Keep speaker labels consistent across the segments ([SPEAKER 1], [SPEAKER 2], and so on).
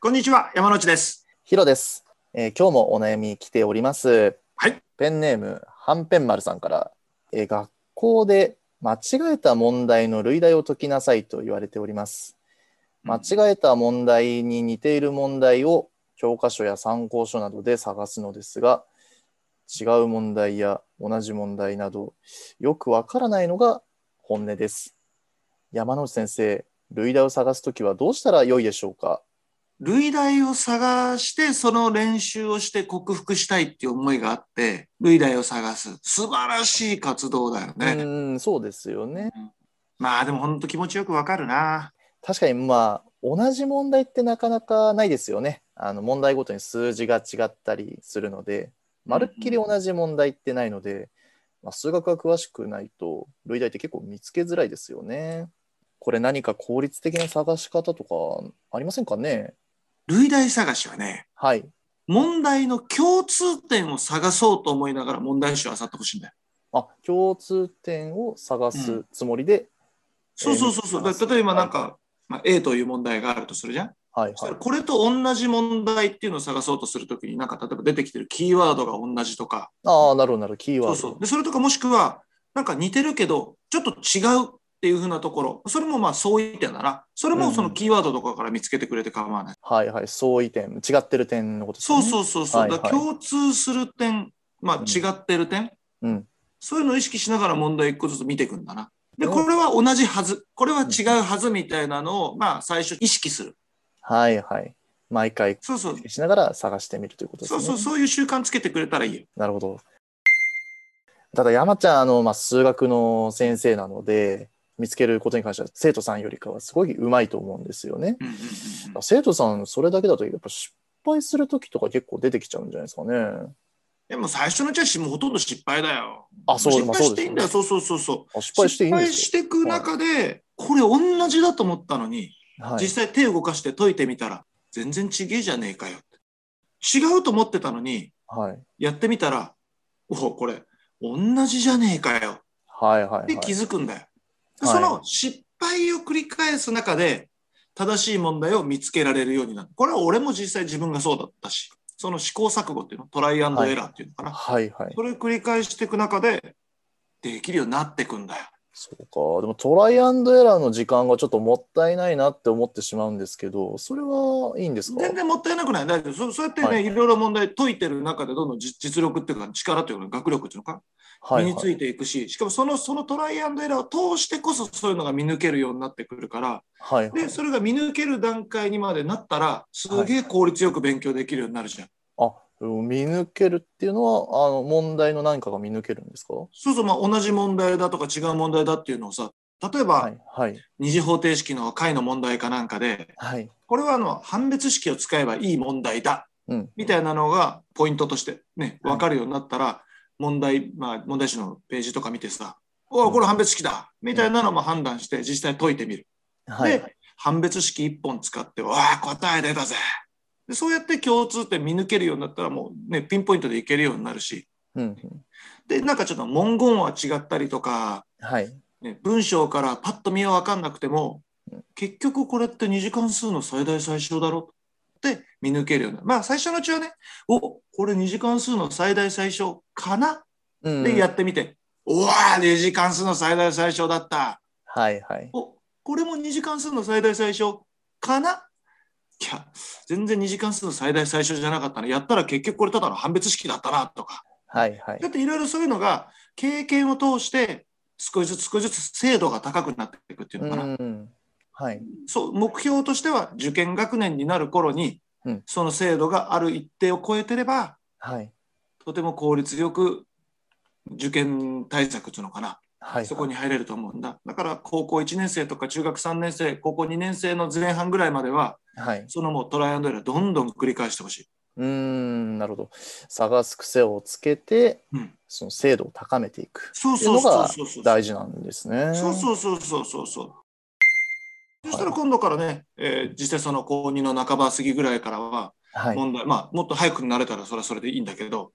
[SPEAKER 1] こんにちは、山之内です。
[SPEAKER 2] ヒロです、えー今日もお悩み来ております。
[SPEAKER 1] はい。
[SPEAKER 2] ペンネーム、はんぺん丸さんから、えー学校で間違えた問題の類題を解きなさいと言われております。間違えた問題に似ている問題を教科書や参考書などで探すのですが、違う問題や同じ問題など、よくわからないのが本音です。山之内先生、類題を探すときはどうしたらよいでしょうか
[SPEAKER 1] 類題を探して、その練習をして克服したいっていう思いがあって、類題を探す。素晴らしい活動だよ
[SPEAKER 2] う
[SPEAKER 1] ね。
[SPEAKER 2] ーん、そうですよね。
[SPEAKER 1] まあでも本当気持ちよくわかるな。
[SPEAKER 2] 確かにまあ同じ問題ってなかなかないですよね。あの問題ごとに数字が違ったりするので、まるっきり同じ問題ってないので、まあ、数学が詳しくないと類題って結構見つけづらいですよね。これ何か効率的な探し方とかありませんかね
[SPEAKER 1] 類題探しはね、
[SPEAKER 2] はい。
[SPEAKER 1] 問題の共通点を探そうと思いながら問題集を漁ってほしいんだよ。
[SPEAKER 2] あ共通点を探
[SPEAKER 1] う
[SPEAKER 2] すつもりで、
[SPEAKER 1] そうそうそうそう。だから例えばなんか、まあ、A という問題があるとするじゃん。
[SPEAKER 2] はい
[SPEAKER 1] そした
[SPEAKER 2] は
[SPEAKER 1] ら
[SPEAKER 2] い。
[SPEAKER 1] これと同じ問題っていうのを探そうとするときに、なんか例えば出てきてるキーワードが同じとか、
[SPEAKER 2] ああ、なるほどなるほど。キーワー
[SPEAKER 1] そう
[SPEAKER 2] ド。
[SPEAKER 1] そうでそれとかもしくはなんか似てるけどちょっと違うっていう風なところそれもまあ相違点だなそれもそのキーワードとかから見つけてくれて構わない、
[SPEAKER 2] はいはい。相違点、違ってる点のことです
[SPEAKER 1] そ
[SPEAKER 2] ね。。
[SPEAKER 1] うそううそうそう、
[SPEAKER 2] はいはい
[SPEAKER 1] だから共通する点まあ
[SPEAKER 2] うん
[SPEAKER 1] 違ってる点、
[SPEAKER 2] うん。
[SPEAKER 1] そういうのを意識しながら問題一個ずつ見ていくんだなで
[SPEAKER 2] うん
[SPEAKER 1] これは同じはずこれは違うはずみたいなのをまあ最初意識する
[SPEAKER 2] はいはい。毎回
[SPEAKER 1] そうそう
[SPEAKER 2] しながら探してみるということで
[SPEAKER 1] そ
[SPEAKER 2] すね。
[SPEAKER 1] うそうそういう習慣つけてくれたらいいよ
[SPEAKER 2] なるほど。ただ山ちゃんあの、まあ、数学の先生なので見つけることに関しては生徒さんよりかはすごいうまいと思うんですよね。
[SPEAKER 1] うんうんうんうん
[SPEAKER 2] 生徒さんそれだけだとやっぱ失敗する時とか結構出てきちゃうんじゃないですかね。
[SPEAKER 1] でも最初のうちはしもうほとんど失敗だよ
[SPEAKER 2] あそう
[SPEAKER 1] 失
[SPEAKER 2] まあ
[SPEAKER 1] 敗
[SPEAKER 2] そ
[SPEAKER 1] し
[SPEAKER 2] う
[SPEAKER 1] て
[SPEAKER 2] で
[SPEAKER 1] いい
[SPEAKER 2] すよ
[SPEAKER 1] ん
[SPEAKER 2] ね
[SPEAKER 1] だよそうそうそうそう
[SPEAKER 2] あ失敗していいんで
[SPEAKER 1] 失敗し
[SPEAKER 2] す
[SPEAKER 1] ていく中で、これ同じだと思ったのに、
[SPEAKER 2] よ。はい、
[SPEAKER 1] 実際手動かして解いてみたら、全然ちげえじゃねえかよって。違うと思ってたのに、
[SPEAKER 2] はい、
[SPEAKER 1] やってみたら、おこれ、同じじゃねえかよ
[SPEAKER 2] はいはいは
[SPEAKER 1] って気
[SPEAKER 2] い。
[SPEAKER 1] づくんだよ。
[SPEAKER 2] はい
[SPEAKER 1] その失敗を繰り返す中で、正しい問題を見つけられるようになる。これは俺も実際自分がそうだったし、その試行錯誤っていうの、トライアンドエラーっていうのかな。
[SPEAKER 2] はいはい
[SPEAKER 1] そ。れを繰り返していく中で、できるようになってくんだよ。
[SPEAKER 2] そうか。でもトライアンドエラーの時間がちょっともったいないなって思ってしまうんですけど、それはいいんですか
[SPEAKER 1] 全然もったいなくない。大丈夫。そそうやってね、、
[SPEAKER 2] はい
[SPEAKER 1] ろいろ問題解いてる中で、どんどん実実力っていうか、力っていうか、学力っていうのか、
[SPEAKER 2] はい
[SPEAKER 1] 身
[SPEAKER 2] はい
[SPEAKER 1] についていくし、しかもその、そのトライアンドエラーを通してこそ、そういうのが見抜けるようになってくるから、
[SPEAKER 2] はいはい
[SPEAKER 1] で、それが見抜ける段階にまでなったら、すげえ効率よく勉強できるようになるじゃん。
[SPEAKER 2] あ、見抜けるっていうのは、あの問題の何かが見抜けるんですか。は
[SPEAKER 1] そうそう、まあ、同じ問題だとか違う問題だっていうのをさ、例えば、
[SPEAKER 2] い、はい、
[SPEAKER 1] 二次方程式の解の問題かなんかで、
[SPEAKER 2] はい。
[SPEAKER 1] これはあの判別式を使えばいい問題だ
[SPEAKER 2] うん、
[SPEAKER 1] みたいなのがポイントとしてね、
[SPEAKER 2] はい
[SPEAKER 1] 分かるようになったら、問題、まあ、問題集のページとか見てさ、おお、これ判別式だみたいなのも判断して、実際解いてみる。
[SPEAKER 2] はい、
[SPEAKER 1] で、判別式1本使って、わあ、答え出たぜでそうやって共通点見抜けるようになったら、もうね、ピンポイントでいけるようになるし、
[SPEAKER 2] うん、うん
[SPEAKER 1] で、なんかちょっと文言は違ったりとか、
[SPEAKER 2] はい。
[SPEAKER 1] ね、文章からパッと見は分かんなくても、結局これって二次関数の最大最小だろって見抜けるような。まあ最初のうちはね、おこれ二次関数の最大最小かな
[SPEAKER 2] うん、
[SPEAKER 1] でやってみて、うわー二次関数の最大最小だった。
[SPEAKER 2] はい、はい。
[SPEAKER 1] おこれも二次関数の最大最小かないや、全然二次関数の最大最小じゃなかったな。やったら結局これただの判別式だったなとか。
[SPEAKER 2] はい、はい
[SPEAKER 1] だ。っていろいろそういうのが経験を通して少しずつ少しずつ精度が高くなっていくっていう
[SPEAKER 2] う
[SPEAKER 1] のかな。
[SPEAKER 2] ん、はい。
[SPEAKER 1] そう目標としては受験学年になる頃に、
[SPEAKER 2] うん
[SPEAKER 1] その制度がある一定を超えてれば
[SPEAKER 2] はい。
[SPEAKER 1] とても効率よく受験対策っていうのかな、
[SPEAKER 2] はい。
[SPEAKER 1] そこに入れると思うんだだから高校1年生とか中学3年生高校2年生の前半ぐらいまでは
[SPEAKER 2] はい。
[SPEAKER 1] そのもうトライアンドエラーどんどん繰り返してほしい、
[SPEAKER 2] うん、なるほど。探す癖をつけて、
[SPEAKER 1] うん、
[SPEAKER 2] その精度を高めていく。
[SPEAKER 1] そう
[SPEAKER 2] っていう
[SPEAKER 1] そう
[SPEAKER 2] の
[SPEAKER 1] そう
[SPEAKER 2] が
[SPEAKER 1] そうそう
[SPEAKER 2] 大事なんですね。
[SPEAKER 1] そう
[SPEAKER 2] う。
[SPEAKER 1] そうそうそうそうそうそしたら
[SPEAKER 2] はい
[SPEAKER 1] 今度からね、えー実際その高2の半ば過ぎぐらいからは
[SPEAKER 2] はい。
[SPEAKER 1] 問題、まあもっと早くなれたらそれはそれでいいんだけど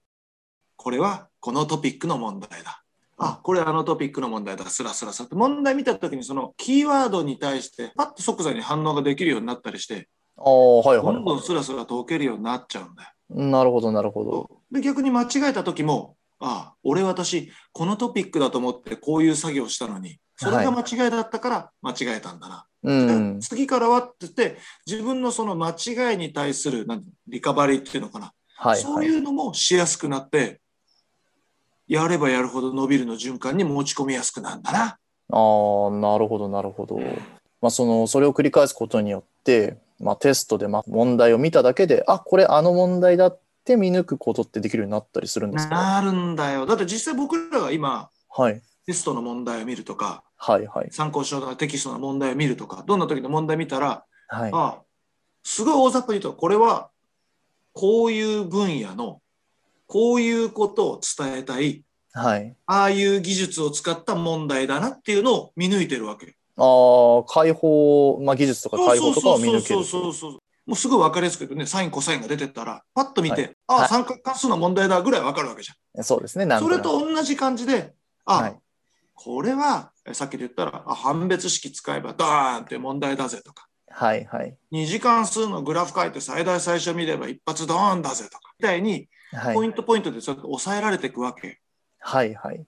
[SPEAKER 1] これはこのトピックの問題だあこれあのトピックの問題だスラスラスラって問題見た時にそのキーワードに対してパッと即座に反応ができるようになったりして
[SPEAKER 2] ああ、はい
[SPEAKER 1] ど
[SPEAKER 2] はい
[SPEAKER 1] んどん
[SPEAKER 2] は
[SPEAKER 1] スラスラと解けるようになっちゃうんだよ。
[SPEAKER 2] い。なるほど、なるほど。
[SPEAKER 1] で逆に間違えた時もああ俺私このトピックだと思ってこういう作業したのにそれが間違いだったから間違えたんだな、
[SPEAKER 2] うん。
[SPEAKER 1] 次からはって言って自分のその間違いに対するなんリカバリーっていうのかな、
[SPEAKER 2] はい
[SPEAKER 1] そう
[SPEAKER 2] はいい。
[SPEAKER 1] うのもしやすくなってやればやるほど伸びるの循環に持ち込みやすくなるんだな。
[SPEAKER 2] ああ、なるほど、なるほど。まあ、その、それを繰り返すことによって、まあ、テストで、まあ、問題を見ただけで、あ、これあの問題だって見抜くことってできるようになったりするんですか
[SPEAKER 1] なるんだよだって実際僕らが今
[SPEAKER 2] はい。
[SPEAKER 1] テストの問題を見るとか
[SPEAKER 2] はいはい。
[SPEAKER 1] 参考書のテキストの問題を見るとかどんな時の問題見たら
[SPEAKER 2] はい。
[SPEAKER 1] ああすごい大雑把に言うとこれはこういう分野のこういうことを伝えたい
[SPEAKER 2] はい。
[SPEAKER 1] ああいう技術を使った問題だなっていうのを見抜いてるわけ。
[SPEAKER 2] ああ、解放、まあ、技術とか解放とかを見抜け
[SPEAKER 1] そうそう
[SPEAKER 2] ると。
[SPEAKER 1] そうそうもうすぐ分かりやすく言うとねサインコサインが出てったらパッと見て、あ
[SPEAKER 2] はは
[SPEAKER 1] あ
[SPEAKER 2] い
[SPEAKER 1] 三角関数の問題だぐらい分かるわけじ
[SPEAKER 2] そうですね、
[SPEAKER 1] ゃ。
[SPEAKER 2] なんん
[SPEAKER 1] そ
[SPEAKER 2] と
[SPEAKER 1] れ
[SPEAKER 2] なく。
[SPEAKER 1] と同じ感じでああ、
[SPEAKER 2] はい
[SPEAKER 1] これはえさっきで言ったらあ判別式使えばダーンって問題だぜとか
[SPEAKER 2] はいはい。
[SPEAKER 1] 2次関数のグラフ書いて最大最初見れば一発ドーンだぜとかみたいに
[SPEAKER 2] はい
[SPEAKER 1] ポイントポイントでそうやって抑えられていくわけ。だか
[SPEAKER 2] はいはい。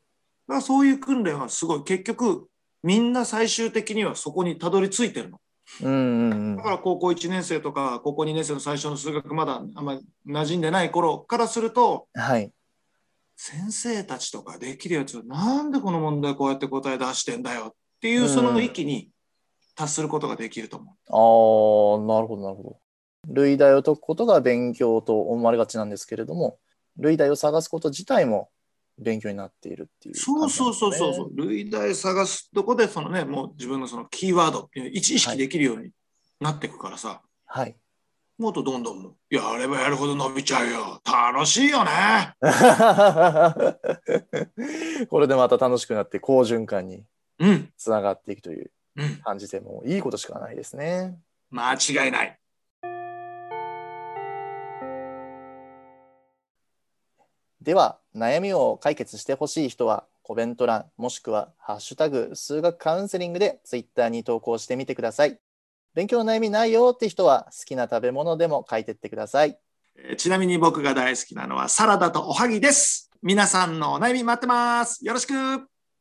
[SPEAKER 1] らそういう訓練はすごい結局みんな最終的にはそこにたどり着いてるの。
[SPEAKER 2] うんうんうん
[SPEAKER 1] だか。ら高校1年生とか高校2年生の最初の数学まだあんまり馴染んでない頃からすると
[SPEAKER 2] はい。
[SPEAKER 1] 先生たちとかできるやつはなんでこの問題こうやって答え出してんだよっていうその域に達することができると思う。
[SPEAKER 2] ああ、なるほどなるほど。類題を解くことが勉強と思われがちなんですけれども、類題を探すこと自体も勉強になっているっていう。
[SPEAKER 1] そうそうそうそうそうう、類題探すとこでそのねもう自分のそのキーワードっていうのを一意識できるようになっていくからさ、
[SPEAKER 2] はい。
[SPEAKER 1] もっとどんどんもうやればやるほど伸びちゃうよ楽しいよね
[SPEAKER 2] これでまた楽しくなって好循環に
[SPEAKER 1] うん
[SPEAKER 2] つながっていくという
[SPEAKER 1] うん
[SPEAKER 2] 感じでもういいことしかないですね。
[SPEAKER 1] 間違いない
[SPEAKER 2] では悩みを解決してほしい人はコメント欄もしくは「ハッシュタグ数学カウンセリング」でツイッターに投稿してみてください。勉強の悩みないよって人は好きな食べ物でも書いてってください。
[SPEAKER 1] えーちなみに僕が大好きなのはサラダとおはぎです皆さんのお悩み待ってますよろしく